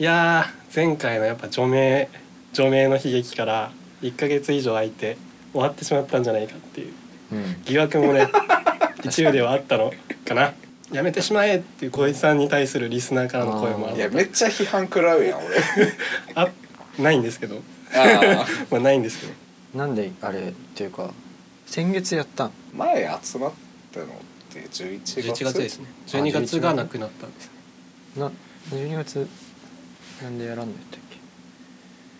いやー前回のやっぱ除名除名の悲劇から1ヶ月以上空いて終わってしまったんじゃないかっていううん疑惑もね一部ではあったのかなやめてしまえっていう小一さんに対するリスナーからの声もあうっんいやめっちゃ批判食らうやん俺あないんですけどああまあないんですけどなんであれっていうか先月やったん 前集まったのって11月11月ですね12月がなくなったんですな12月なんでやらんのやったっけ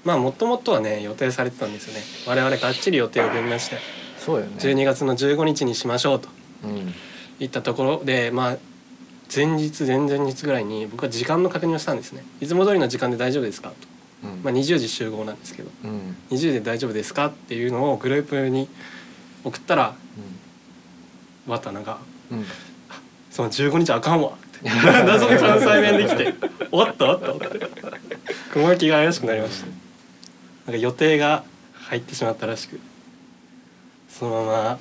まあもともとはね予定されてたんですよね我々がっちり予定を組みましてそうよね12月の15日にしましょうとうんいったところでまあ前日前々日ぐらいに僕は時間の確認をしたんですねいつも通りの時間で大丈夫ですかと、うんまあ、20時集合なんですけどうんうん20時で大丈夫ですかっていうのをグループに送ったら渡名がうん「その15日あかんわ」 って謎に関西弁できて「おっとおっと」って雲行きが怪しくなりましたなんか予定が入ってしまったらしくそのまま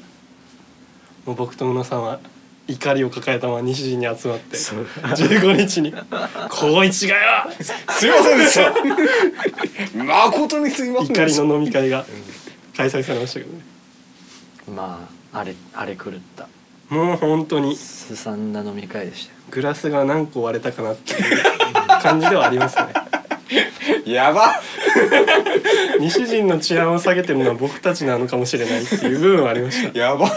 もう僕と宇野さんは怒りを抱えたまま西陣に集まってそう15日に「高一がよ!」すいませんでした誠にすいませ怒んでりしたの飲み会が開催されましたけどねまああれあれ狂ったもう本当にすさんだ飲み会でしたよグラスが何個割れたかなっていう感じではありますねやば西陣の治安を下げてるのは僕たちなのかもしれないっていう部分はありましたやば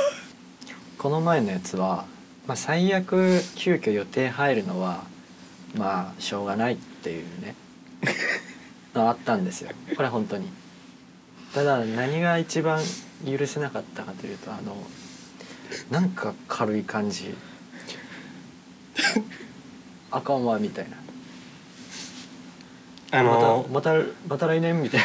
この前のやつは、まあ、最悪急遽予定入るのはまあしょうがないっていう ねのあったんですよこれ本当にただ何が一番許せなかったかというとあのなんか軽い感じ あかんわみたいなあのまたまたまた来年みたい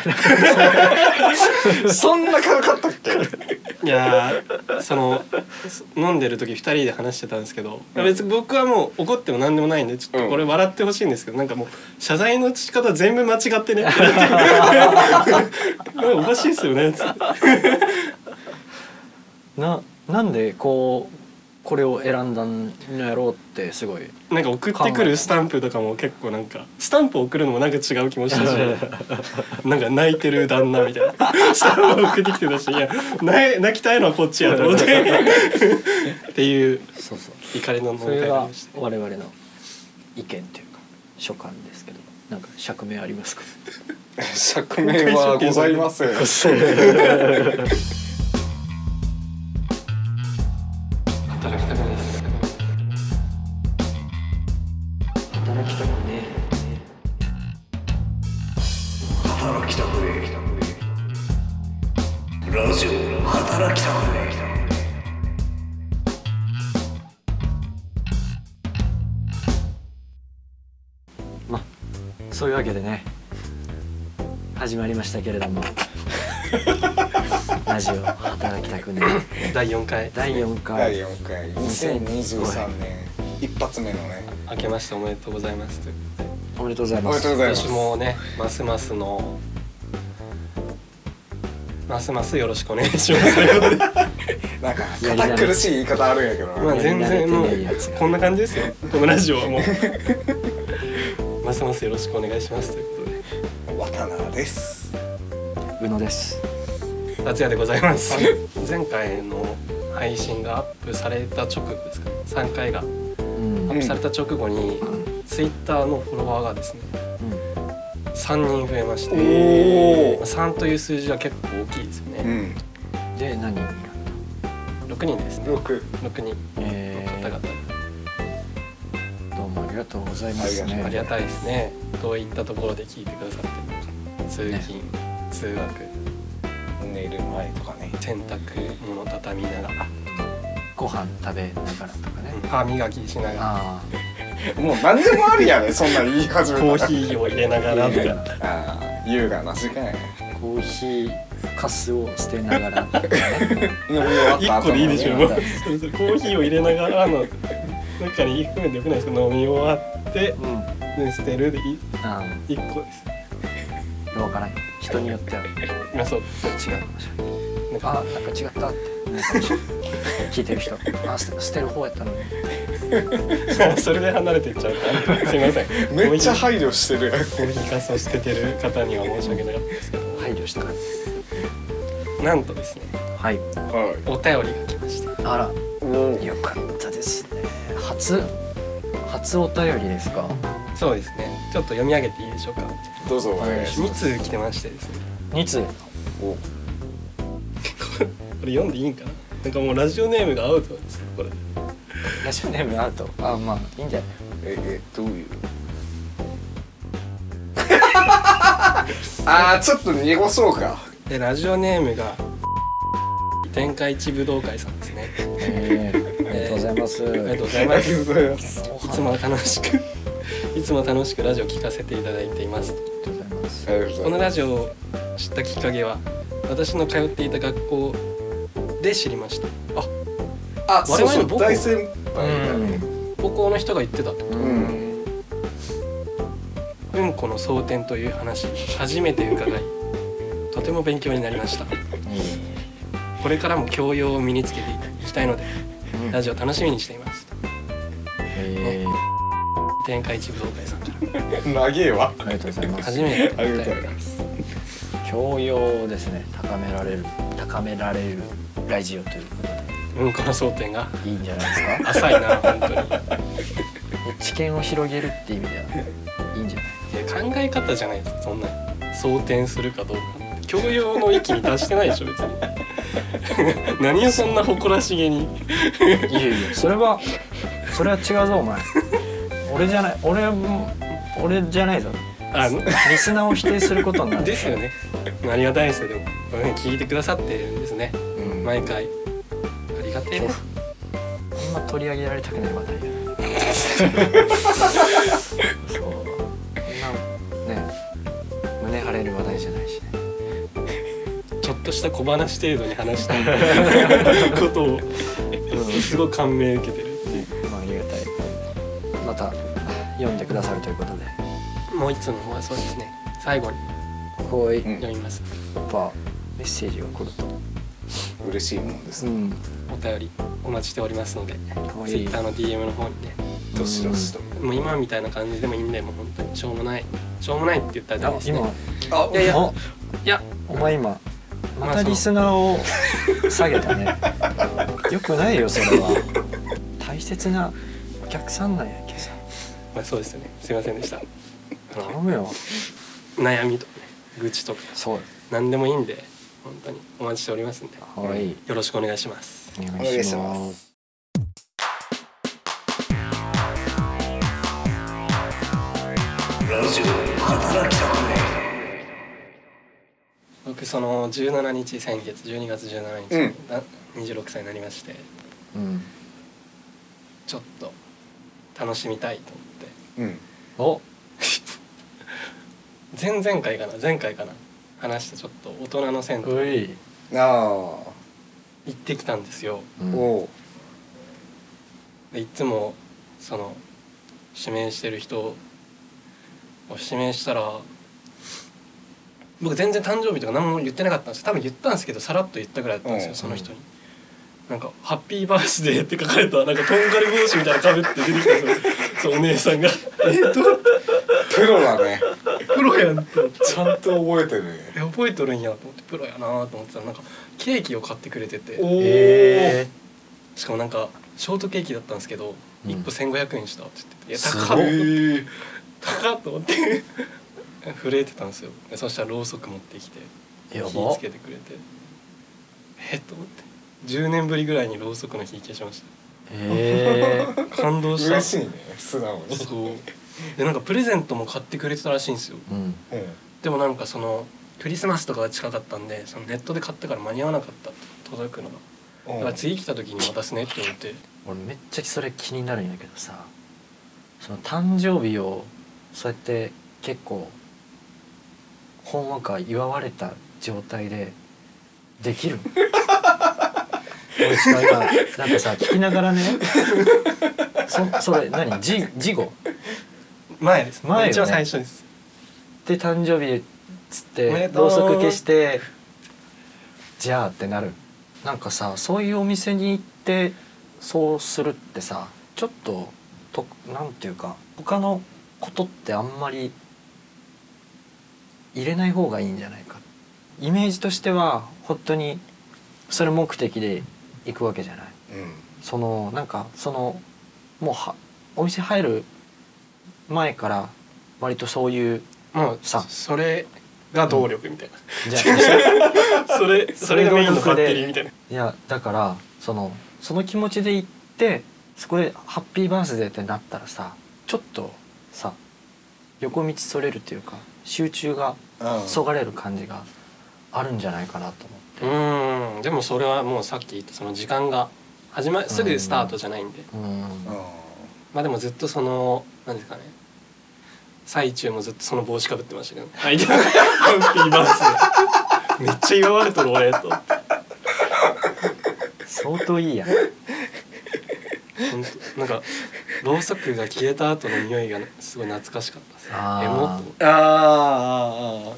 なそんな軽かったっけ いやーそのそ飲んでる時2人で話してたんですけど、うん別に僕はもう怒っても何でもないんでちょっうんとこれ笑ってほしいんですけど、なんかもう謝罪の仕方全部間違ってねって言わ れてなんかおかしいですよねつってな なんでこうこれを選んだんやろうってすごいなんか送ってくるスタンプとかも結構なんかスタンプ送るのもなんか違う気もした しなんか泣いてる旦那みたい なスタンプ送ってきてたしいや泣泣きたいのはこっちやと思って っていうそうそう怒りの問それ題があがりまして我々の意見というか所感ですけどなんか釈明ありますか釈明はございません働きたくね働きたくねえラジオ働きたくねえまあそういうわけでね始まりましたけれど もラジオ働きたくね第4回第4第回4回2023年一発目のね明けましておめでとうございますというおめでとうございおまめでとうすご今ざいます年もねますますのますますよろしくお願いし ますということでなんか堅苦しい言い方あるんやけどまあな全然もうやり慣れてないやつこんな感じ ですよこのラジオはもうますますよろしくお願いしますということで渡名です宇野です達也でございます前回の配信がアップされた直後ですかね3回がアッうん、ううんんプされた直後にツイッターのフォロワーがですね3人増えましてお3という数字は結構大きいですよねうんで何人やっ6人ですね6 6人たえの方々ー、どうもありがとうございますありがとねうございますありがたいですねどういったところで聞いてくださってるのか通勤、通学寝る前とかね洗濯物畳みながら、ご飯食べながらとかね、歯磨きしながあもう何でもありやねそんなん言い始らめコたーらヒーを入れながらとかああ優雅な時間やねあコーヒーかすを捨てなが ら飲み終わった1後個のでいいでしょもうコあとはねーヒーを入れながらの中に含めてよくないですか飲み終わってうんあ捨てるでいあ1個ですどうかない人によっては違う今そうかもしれないなんか あなんか違ったってなるかもしれない聞いてる人あ捨て捨てる方やったのにそう それで離れていっちゃうからすいませんめっちゃご配慮してる意にかさ捨ててる方には申し訳なかったですけど配慮したかっなんとですねたはいやんはいお便りが来ましたあらおよかったですね初初お便りですかそうですねちょっと読み上げていいでしょうかどうぞお願いしま2通来てましてですね2通すおこれ読んでいいんかななんかもうラジオネームがアウトなんですよこれラジオネームアウトあまあいいんじゃないええどういう あーちょっと濁そうかでラジオネームが天下一武道会さんですねえーありがとうございます、ありがとうございますありがとうございますごいつも楽しくいつも楽しくラジオ聞かせていただいていますありがとうございますありがとうござこいのまラジオを知ったきっかけは私の通っていた学校で知りましたあすあそうそ我々の母う校大先輩だねう高校の人が言ってたうん、うんこの争点という話初めて伺いとても勉強になりましたんいいねこれからも教養を身につけていきたいのでうんラジオ楽しみにしていますえ天下一武道会さんから長えわーありがとうございます初めてありがとうございいます教養をですね高められる高められるラジオということうんこの争点がでいいんじゃないですか 浅いな本当に知見を広げるっていう意味ではいいんじゃないいや考え方じゃないですそんな争点するかどうか教養の域に達してないでしょ別に 何をそんな誇らしげにいやいやそれはそれは違うぞお前俺じゃない俺はもう俺じゃないぞあのリスナーを否定することになるですよねありがたいですよでもこういうふうに聞いてくださってるんですねうんあん毎回ありがてえなま取り上げられたくない話題だそうこんなね胸張れる話題じゃないしねちょっとした小話程度に話した ことをすごい感銘受けてるっていうまあありがたいまた読んでくださるということでもう一つの方はそうですね最後にこういうんやっ読みますぱメッセージが来ると嬉しいもんですねんお便りお待ちしておりますのでこうい Twitter の DM の方にねどしどしともう今みたいな感じでもいいんでもう本当にしょうもないしょうもないって言ったらダメあですね今あいやいやおいやお前今まあまたリスナーを下げた ねよくないよそれは大切なお客さんなんやけさまあそうですよねすいませんでしたあ頼のむよ悩みとかね愚痴とかそう何でもいいんで本当にお待ちしておりますんでよ可愛いろしくお願いしますおお願願いいししまますすラジオ働きたくね僕その17日先月12月17日、うんな26歳になりましてうんちょっと楽しみたいと思ってうんお前々回かな前回かな話したちょっと大人の銭湯ういああ行ってきたんですようんおうでいつもその指名してる人を指名したら僕全然誕生日とか何も言ってなかったんですよ多分言ったんですけどさらっと言ったぐらいだったんですよ、うんその人に。なんか「ハッピーバースデー」って書かれたなんかとんがり帽子みたいなかぶって出てきたんですよそうお姉さんが「えっとプロだねプロやん」って思ってちゃんと覚えてるねえ覚えとるんやと思ってプロやなと思ってたらなんかケーキを買ってくれてておおえしかもなんかショートケーキだったんですけどうん1個1500円したって言ってて「いやす高ごっ!」い高っと思って 震えてたんですよでそしたらろうそく持ってきてー、や火ばつけてくれてえっと思って10年ぶりぐらいにろうそくの火消しましえー、 た感動した嬉しいね素直にそうでなんかプレゼントも買ってくれてたらしいんですようんうんでもなんかそのクリスマスとかが近かったんでそのネットで買ったから間に合わなかった届くのがうだんから次来た時に渡すねって思って俺めっちゃそれ気になるんやけどさその誕生日をそうやって結構ほんわか祝われた状態でできるの俺ちょっと今なんかさ聞きながらねそそれ何じ事後前です前よね一番最初ですで誕生日っつっおめてでとうろうそく消してじゃあってなるなんかさそういうお店に行ってそうするってさちょっととなんていうか他のことってあんまり入れない方がいいんじゃないかイメージとしては本当にそれ目的で行くわけじゃないそのなんかそのもうはお店入る前から割とそういうもうさそれが動力みたい じゃあなそれそれがメインのバッテリーみたいないやだからそのその気持ちで行ってそこで「ハッピーバースデー」ってなったらさちょっとさ横道それるというか集中がうんそがれる感じがあるんじゃないかなと思うーんでもそれはもうさっき言ったその時間が始ますぐスタートじゃないんで、ううんうんまあでもずっとその何ですかね最中もずっとその帽子かぶってましたけど 相手のハッピーバースデーめっちゃ祝われとる俺と思って相当いいやんほんとなんかろうそくが消えた後の匂いがすごい懐かしかったですあーエモっと思ってあーあーあ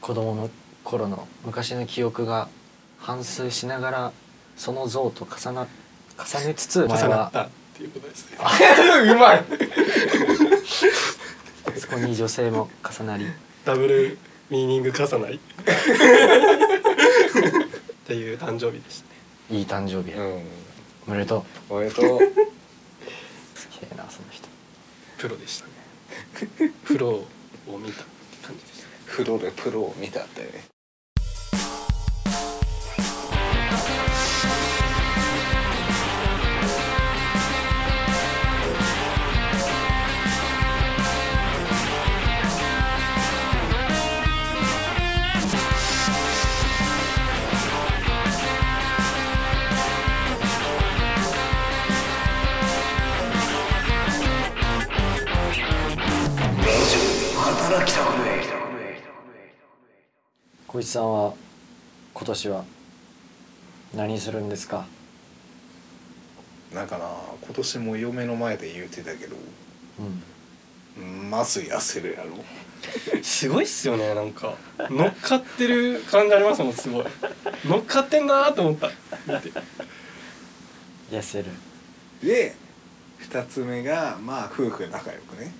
子供の頃の昔の記憶が反芻しながらその像と重な重ねつつ重前なっはたっていうことですねーうまいそこに女性も重なりダブルミーニング重な りっていう誕生日でしたねいい誕生日や、うんおめでとうおめでとうすげえなその人プロでしたねプロを見たって感じでしたね風呂でプロを見たってね働きたくね小一さんは今年は何するんですかなんかな今年も嫁の前で言うてたけどうんまず痩せるやろすごいっすよねなんか乗っかってる感じありますもんすごい乗っかってんなーと思った見て痩せるで2つ目がまあ夫婦仲良くね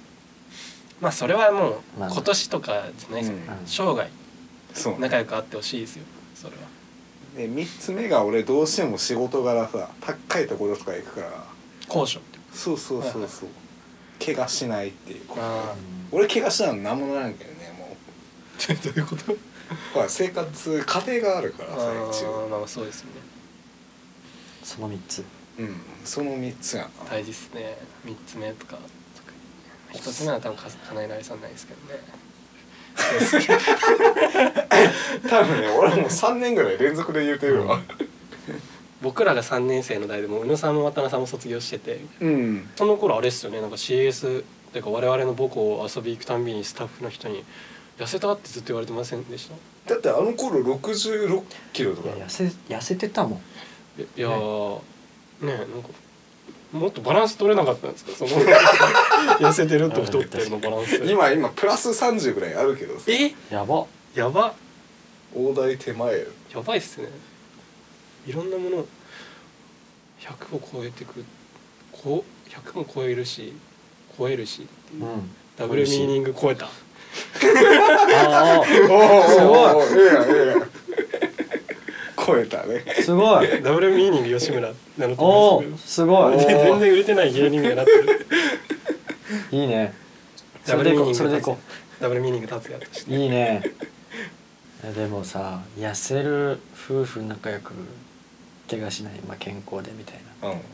まあそれはもうまあ今年とかじゃないですよ、ねうん生涯そうね仲良くあってほしいですよそれはで3つ目が俺どうしても仕事柄さ高いところとか行くから交渉ってそうそうそうそう怪我しないっていうあ俺怪我したら何もならんけどねもー どういうことうほら生活家庭があるからあさ一ー応まあそうですよねその3つうんその3つやな大事っすね三つ目とか一つ目は多分か叶えられさんないですけどね多分ね俺もう3年ぐらい連続で言うてるわ僕らが3年生の代でもう宇野さんも渡辺さんも卒業しててうんその頃あれっすよねなんか CS ていうか我々の母校を遊び行くたんびにスタッフの人に「痩せた?」ってずっと言われてませんでしただってあの頃66キロといかや痩せ痩せてたもんいいやーねえなんかもっとバランス取れなかったんです かその痩せてると太ってるのバランス今今プラス30ぐらいあるけどさえやばやば大台手前よやばいっすねいろんなもの100を超えてくこう100も超えるし超えるしっていう、うんダブルミーニング超 えたあおおすごいいやいやいや 超えたねあす ごいダブルミーニング吉村なのとお思いおますすごいけど全然売れてない芸人がなってるいいね それでいこうそれでいこダブルミーニング達也としてういいねいやでもさ痩せる夫婦仲良く怪我しない、まあ、健康でみたいなうんもう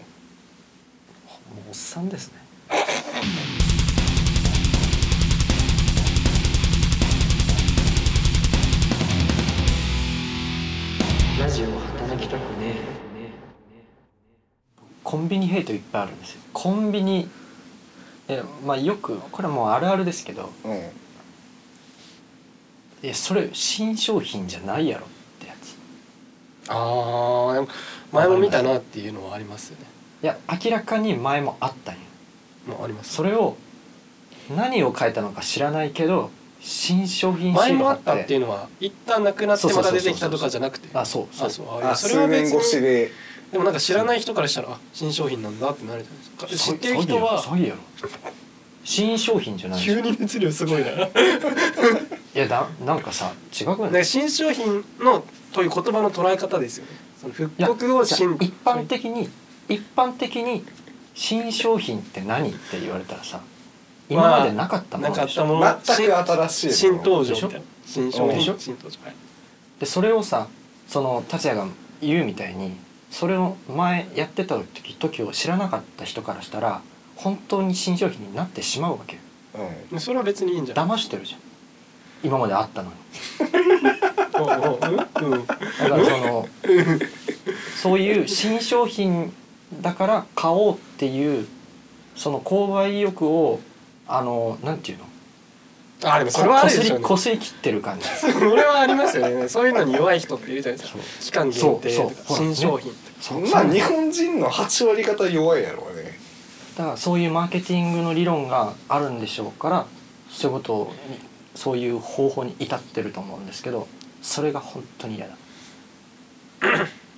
おっさんですねラジオ働きたくねえコンビニヘイトいっぱいあるんですよコンビニえまあよくこれはもうあるあるですけどうんいやそれ新商品じゃないやろってやつああでも前も見たなっていうのはありますよねいや明らかに前もあったんよもうありますそれを何を変えたのか知らないけど新商品シ前ールも貼あったっていうのは一旦なくなってまた出てきたとかじゃなくてあそうそうあそうあいやあそれは数別年に越しででもなんか知らない人からしたらあ新商品なんだってなるじゃないですか知ってる人詐は欺やろ詐欺やろ新商品じゃないでしょ急に熱量すごいななんいやだなんかさ違くないか新商品のという言葉の捉え方ですよねその復いや刻をじゃあ新一般的に一般的に新商品って何って言われたらさ今までなかったもなのかっでしょたもの全く新しいもの新登場みたいなでしょ新商でし品ょ新登場はいでそれをさその達也が言うみたいにそれを前やってた時時を知らなかった人からしたら本当に新商品になってしまうわけようんそれは別にいいんじゃない騙してるじゃん今まであったのにおうおううんうんだからその そういう新商品だから買おうっていうその購買意欲をあのなんていうのあでもそれはあこるすでしょりうねこすり切ってる感じそれはあり ますよねそういうのに弱い人っているじゃないですか期間限定そうとそうかほら新商品そまあだ日本人の8割方弱いやろうねからそういうマーケティングの理論があるんでしょうからそういうことをそういう方法に至ってると思うんですけどそれが本当に嫌だ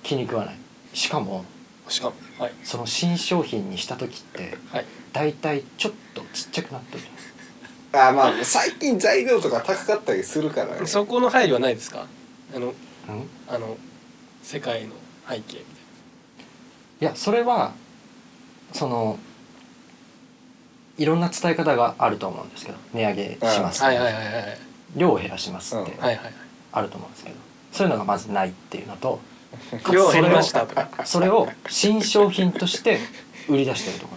気に食わないしかもしかもはいその新商品にした時ってはい大体ちょっとちっちゃくなってるあまあ最近材料とか高かったりするからねそこの配慮はないですかあのうんあの世界の背景みたいいやそれはそのいろんな伝え方があると思うんですけど値上げします、なはいはいはいはいはい量を減らしますってうんはいはいあると思うんですけど、そういうのがまずないっていうのはとい 量減りましたとかそれを新商品として売り出してるとこ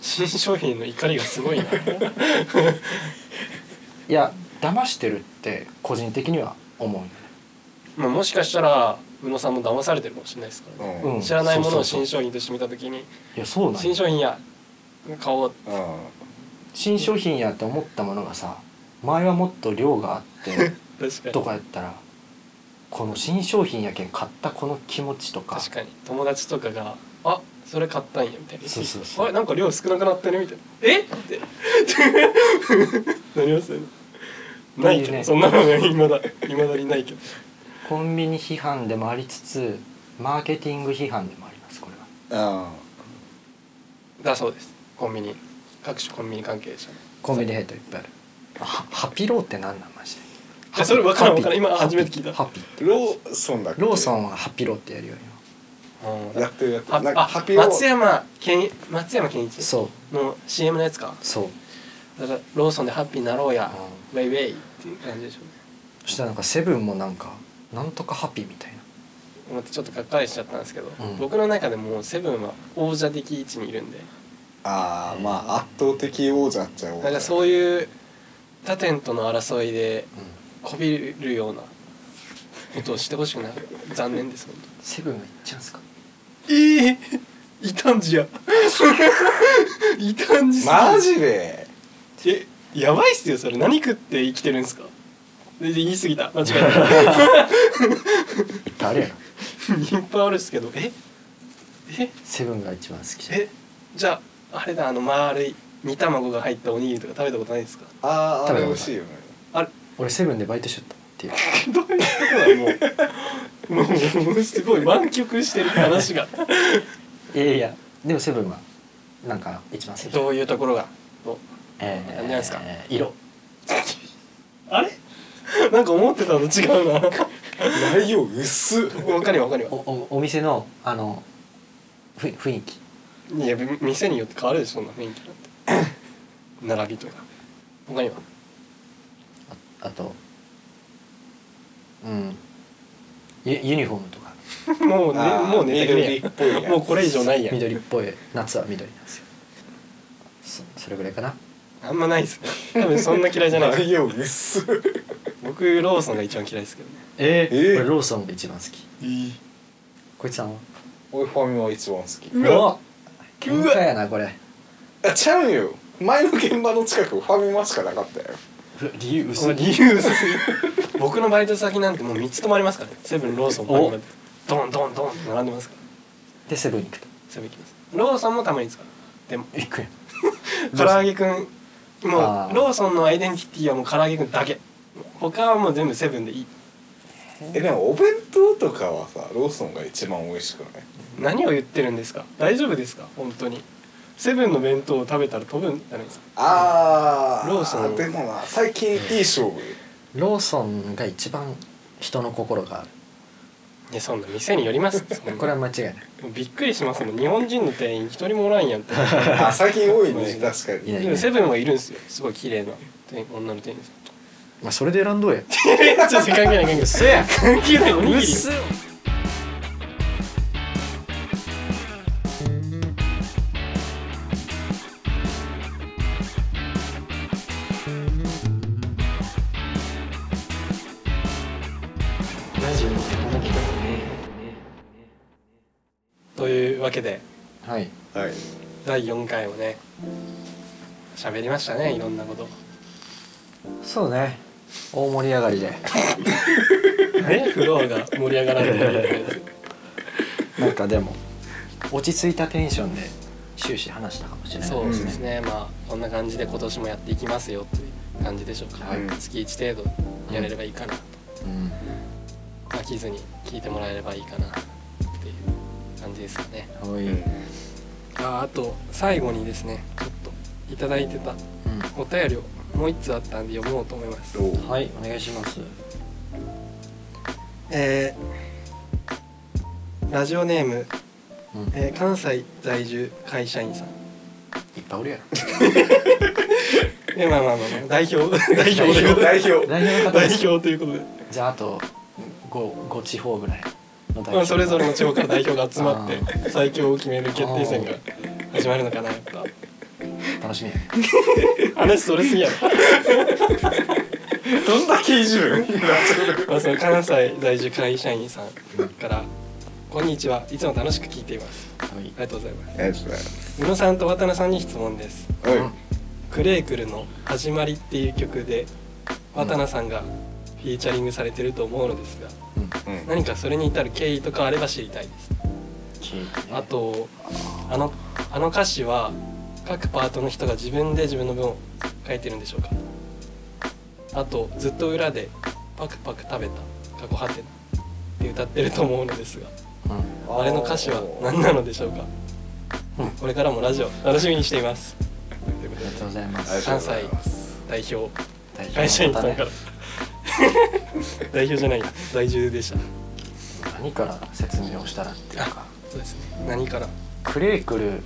新商品の怒りがすごい なろいや騙してるって個人的には思うよねまあもしかしたら宇野さんも騙されてるかもしれないですからね、うんうん知らないものをそうそうそう新商品として見た時にいやそうなん新よ商品や買おううん新商品やって思ったものがさ前はもっと量が あって確かにとかやったらこの新商品やけん買ったこの気持ちとか確かに友達とかが「あそれ買ったんや」みたいなそうそうそうあれなんか量少なくなってる」みたいな「えっ?」て なりますよねないけどいいねそんなのがいまだいまだにないけどコンビニ批判でもありつつマーケティング批判でもありますこれはうんだそうですコンビニ各種コンビニ関係者コンビニヘイトいっぱいあるハハピローって何なんマジであそれ分からんハピ分からん今初めて聞いたハピってローソンだっけローソンはハピローってやるようんやってるやってあるなんかあハピロ松ー山健一松山健今一そうの CM のやつかそうだからローソンでハッピーになろうやうウェイウェイっていう感じでしょうねそしたらなんかセブンもなんかなんとかハピみたいな思ってちょっとがっかりしちゃったんですけど、うん僕の中でもうセブンは王者的位置にいるんでああまあ圧倒的王者っちゃな王んか者そういう他店との争いでこびるようなことをしてほしくない残念です本セブンがいっちゃうんすか当ええ異端 児や異端児マジでえやばいっすよそれ何食って生きてるんですかで言い過ぎた間違え たいっぱいあるやろいっぱいあるっすけどええセブンが一番好きじゃんえじゃああれだあの丸い煮卵が入ったおにぎりとか食べたことないですかあああ食べれたことない美味しいよねあれ俺セブンでバイトしちゃったっていうどういうことだもうもうもうすごい湾曲してる話がいやいやでもセブンはなんか一番好 きどういうところがおえなんじゃないですか色あれなんか思ってたの違うな内容薄っわかるよわかるおよおお店のあのふ雰囲気いやみ店によって変わるでしょそんな雰囲気なんて 並びとか他にはああとうんユユニフォームとかもうねあーもう寝てくれ緑っぽいやつもうこれ以上ないやん緑っぽい夏は緑なんですよそそれぐらいかなあんまないですね多分そんな嫌いじゃない内容薄っ 僕ローソンが一番嫌いですけどねえーえー俺ローソンが一番好きこいつさんは俺ファミマが一番好きうわお喧嘩やなこれあちゃうよ前の現場の近くファミマしかなかったよ理由もう理由薄すぎる僕のバイト先なんてもう3つともありますからねセブンローソンファミマでドンドンドンって並んでますからでセブン行くとセブン行きますローソンもたまに使うでも行くやん唐揚げくんもうあーローソンのアイデンティティはもう唐揚げくんだけ他はもう全部セブンでいいえでもお弁当とかはさローソンが一番美味しくない何を言ってるんですか大丈夫ですか本当にセブンの弁当を食べたら飛ぶんじゃないですかあローソンでもな最近いい勝負ローソンが一番人の心があるいやそんな店によります そんなこれは間違いないびっくりしますもん日本人の店員一人もおらんやんって あ最近多いね確かいにないでもセブンはいるんですよすごい綺麗な店員女の店員ですまあそれで選んど うや ちょっと関係ない関係ないせや関係ないおにぎりラジオの働き方ね というわけではいはい第4回もね喋りましたねいろんなことそうね大盛り上がりでね フロアが盛り上がらないみたいな なんかでも落ち着いたテンションで終始話したかもしれないそうですね、まあこんな感じで今年もやっていきますよという感じでしょうか、はい月1程度やれればいいかなと、うん飽きずに聞いてもらえればいいかなっていう感じですかねおい、ううんん、ああと最後にですねちょっといただいてたお便りをもう一つあったんで読もうと思いますどうはいお願いしますえーラジオネーム、うんえー関西在住会社員さんいっぱいおるやえまあまあまあまあ代表 代表代ということ表で代表ろ代表の方代です表ということで じゃああと 5, 5地方ぐらいの代まあ、それぞれのの地方から代表が集まっあて最強を決める決定戦が始まるのかなやっぱ楽しみや話それすぎやろ どんだけいじる まあその関西在住会社員さんから「こんにちはいつも楽しく聞いていますはあいりがとうございますえそれ宇野さんと渡名さんに質問ですおいクレークルの「始まり」っていう曲で渡名さんがフィーチャリングされてると思うのですがうんうん何かそれに至る経緯とかあれば知りたいです聞いてねあとあのあの歌詞は各パートの人が自分で自分の分を書いてるんでしょうかあとずっと裏でパクパク食べた過去果てなって歌ってると思うのですうんがあれの歌詞は何なのでしょうかうんこれからもラジオ楽しみにしていますということありがでとうございまありすがと関うござい西ます代表代会社員方さんねから代表じゃない在住でした何から説明をしたらっていうかそうですね何からはクレークルいはい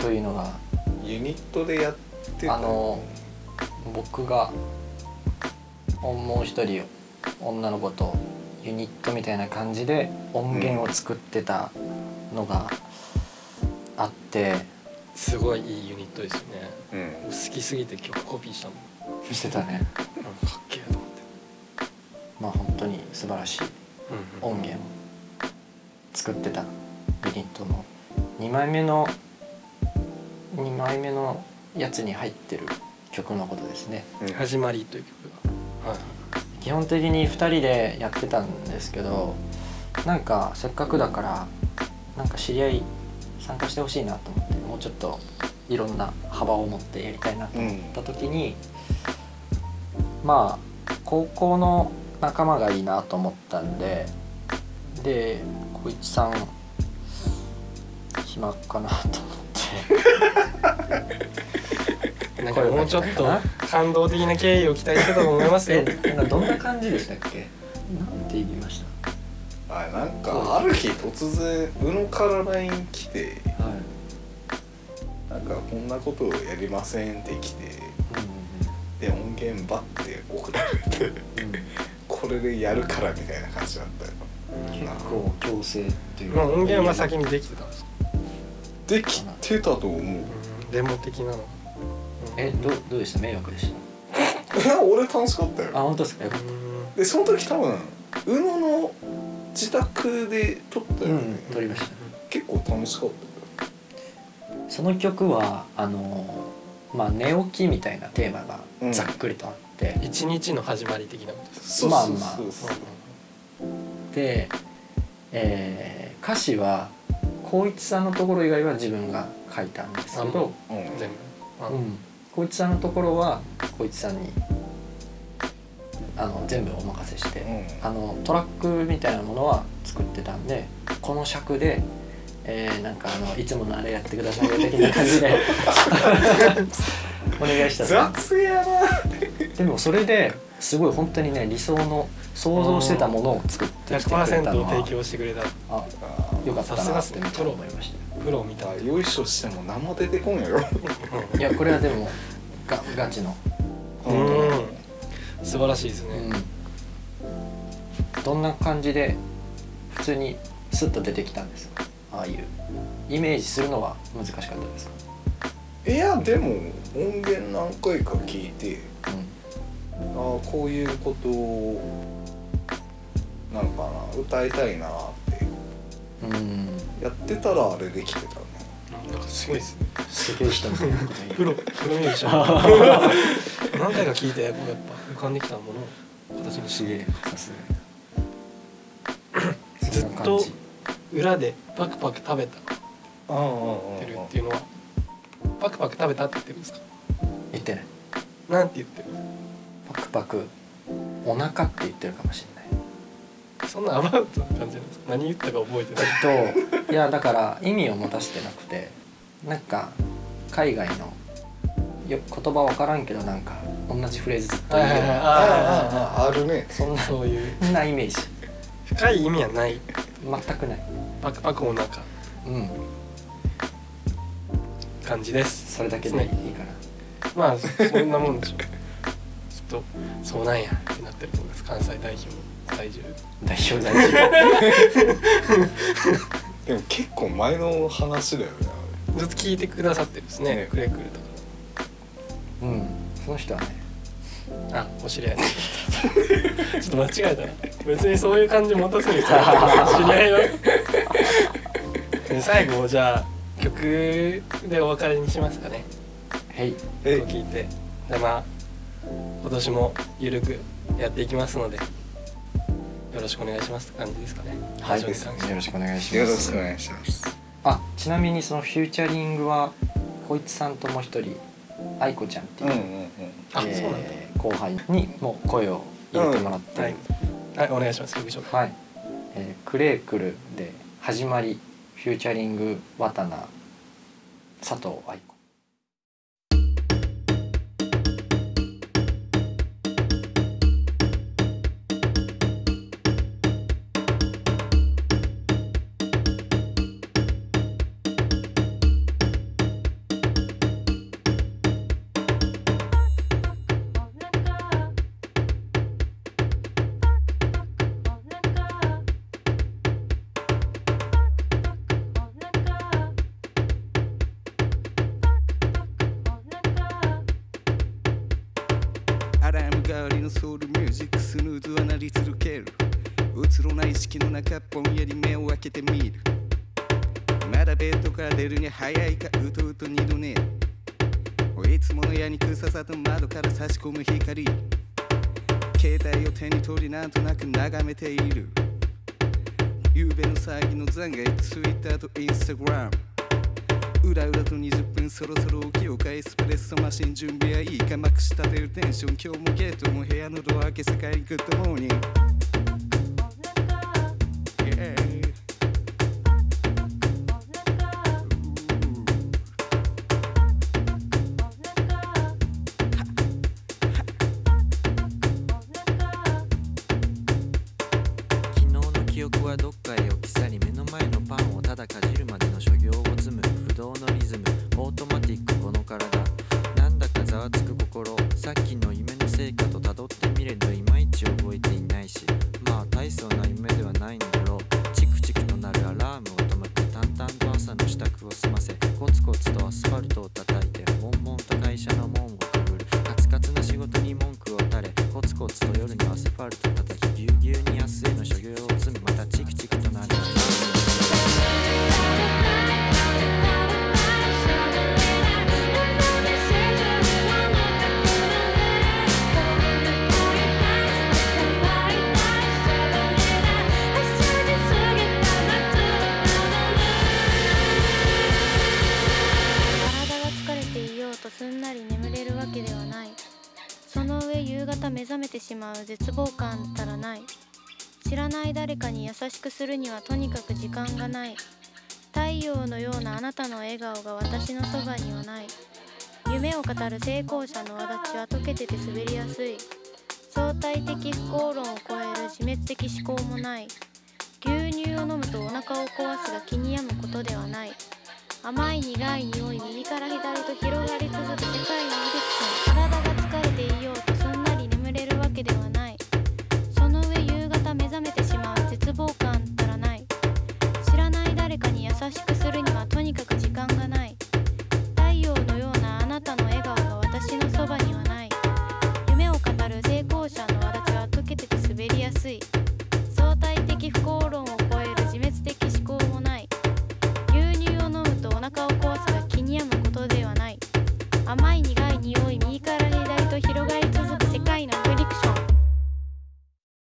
というのがユニットでやってたあの僕がもう一人女の子とユニットみたいな感じで音源を作ってたのがあって、すごいいいユニットですねうん好きすぎて曲コピーしたもんしてたねなんかかっけえと思ってまあ本当に素晴らしいうん音源を作ってたユニットの2枚目の2枚目のやつに入ってる曲のことですねうん始まりという曲が、はい、基本的に2人でやってたんですけどなんかせっかくだからなんか知り合い参加してほしいなと思ってもうちょっといろんな幅を持ってやりたいなとう思っんた時に、まあ高校の仲間がいいなと思ったんでで浩一さん暇かなと思 ってなんかもうちょっと感動的な経緯を期待したと思いますよえなどんな感じでしたっけなんて言いましあなんかある日突然宇野から LINE 来てたはい、なんかこんなことをやりませんって来てで音源バッて送られてうんうんうんこれでやるからみたいな感じだったよ結構強制というまあ音源は先にできてたんですよできてたと思うデモ的なのえどうどうでした迷惑でしいや 俺楽しかったたあよ本当ですかよかっうんでその時多分宇野の自宅で撮ったたよね、撮りました結構楽しかったよその曲はあのーまあ寝起きみたいなテーマがざっくりとあって、一日の始まり的なことです、そうまあそうまあそうそうで、えー歌詞は光一さんのところ以外は自分が書いたんですけど、うんうん全部、まあうん、光一さんのところは光一さんにあの全部お任せして、うんあのトラックみたいなものは作ってたんでこの尺で、えーなんかあのいつものあれやってくださいよ的な感じでお願いしたんですよ雑やなでもそれですごい本当にね理想の想像してたものを作ってきてくれたの100%提は供してくれたあよかったなってめっちゃ思いましたプロみたあい、よいしょしても何も出てこんやろういやこれはでもがガチの、うんん、素晴らしいですね、うん、どんな感じで普通にスッと出てきたんですかああいうイメージするのは難しかったですか、いやでも音源何回か聞いてああこういうことなのかな歌いたいなってうん、うんやってたらあれできてたねなんかすごいですねすげえ人みたいなこと言うプロプロミュージシャン 何回か聞いてこうやっぱ浮かんできたものを形にしてさすがずっとそんな感じ裏でパクパク食べたうんうんってるっていうのはパクパク食べたって言ってるんですか言ってないなんて言ってるパクパクお腹って言ってるかもしれないそんなアバウトな感じなんですか何言ったか覚えてないえっといやだから意味を持たせてなくてなんか海外のよ言葉わからんけどなんか同じフレーズずっと言うようなあああああるねそんあなそそういうんなイメージ深い意味はない全くないパクパクお腹うん感じですそれだけでいいかまあそんなもんでしょうちょっとそうなんやってなってると思います関西代表在住な代表代表でも結構前の話だよねあずっと聞いてくださってるんですねねくれくれとかうんその人はねあ、お知り合い。ちょっと間違えたな。別にそういう感じ持たせる必要ない知り合いの。で最後じゃあ曲でお別れにしますかね。はいれを聞いて、でまあ今年もゆるくやっていきますので、よろしくお願いしますって感じですかね。はいラジオに関してよろしくお願いしよまろしすくお願いしますあちなみにそのフューチャリングはこいつさんともう一人愛子ちゃんっていう、うんあ、えーそうなんだ。後輩にもう声を入れてもらって、はい。はい、お願いします。曲紹介。はい、えークレークルで始まりフューチャリング渡名佐藤愛子アラーム代わりのソウルミュージックスヌーズは鳴り続けるうつろな意識の中ぼんやり目を開けてみるまだベッドから出るに早いかうとうと二度寝るいつもの矢にくささと窓から差し込む光携帯を手に取りなんとなく眺めている夕べの騒ぎの残骸 Twitter と Instagram うらうらと20分そろそろ起きようかエスプレッソマシン準備はいいかまくし立てるテンション今日もゲートも部屋のドア開け世界にグッドモーニング Yeah. Ooh. 昨日の記憶はどっかへ置き去り目の前のパンをただかじるまでの所業を積む不動のリズムオートマティックこの体なんだかざわつく心さっきの夢の成果とたどってみれどいまいち覚えていないしまあ大層な夢ではないんだろうチクチクとなるアラームを止めて淡々と朝の支度を済ませコツコツとアスファルトを叩いて悶々と会社の門をくぐるカツカツな仕事に文句を垂れコツコツと夜にアスファルトを叩きぎゅうぎゅうに明日への所業を積みまたチクチクとなるアラームを体が疲れていようとすんなり眠れるわけではない。その上夕方目覚めてしまう絶望感たらない知らない誰かに優しくするにはとにかく時間がない太陽のようなあなたの笑顔が私のそばにはない夢を語る成功者の轍は溶けてて滑りやすい相対的不幸論を超える自滅的思考もない牛乳を飲むとお腹を壊すが気に病むことではない甘い苦い匂い右から左と広がり続く世界の入り口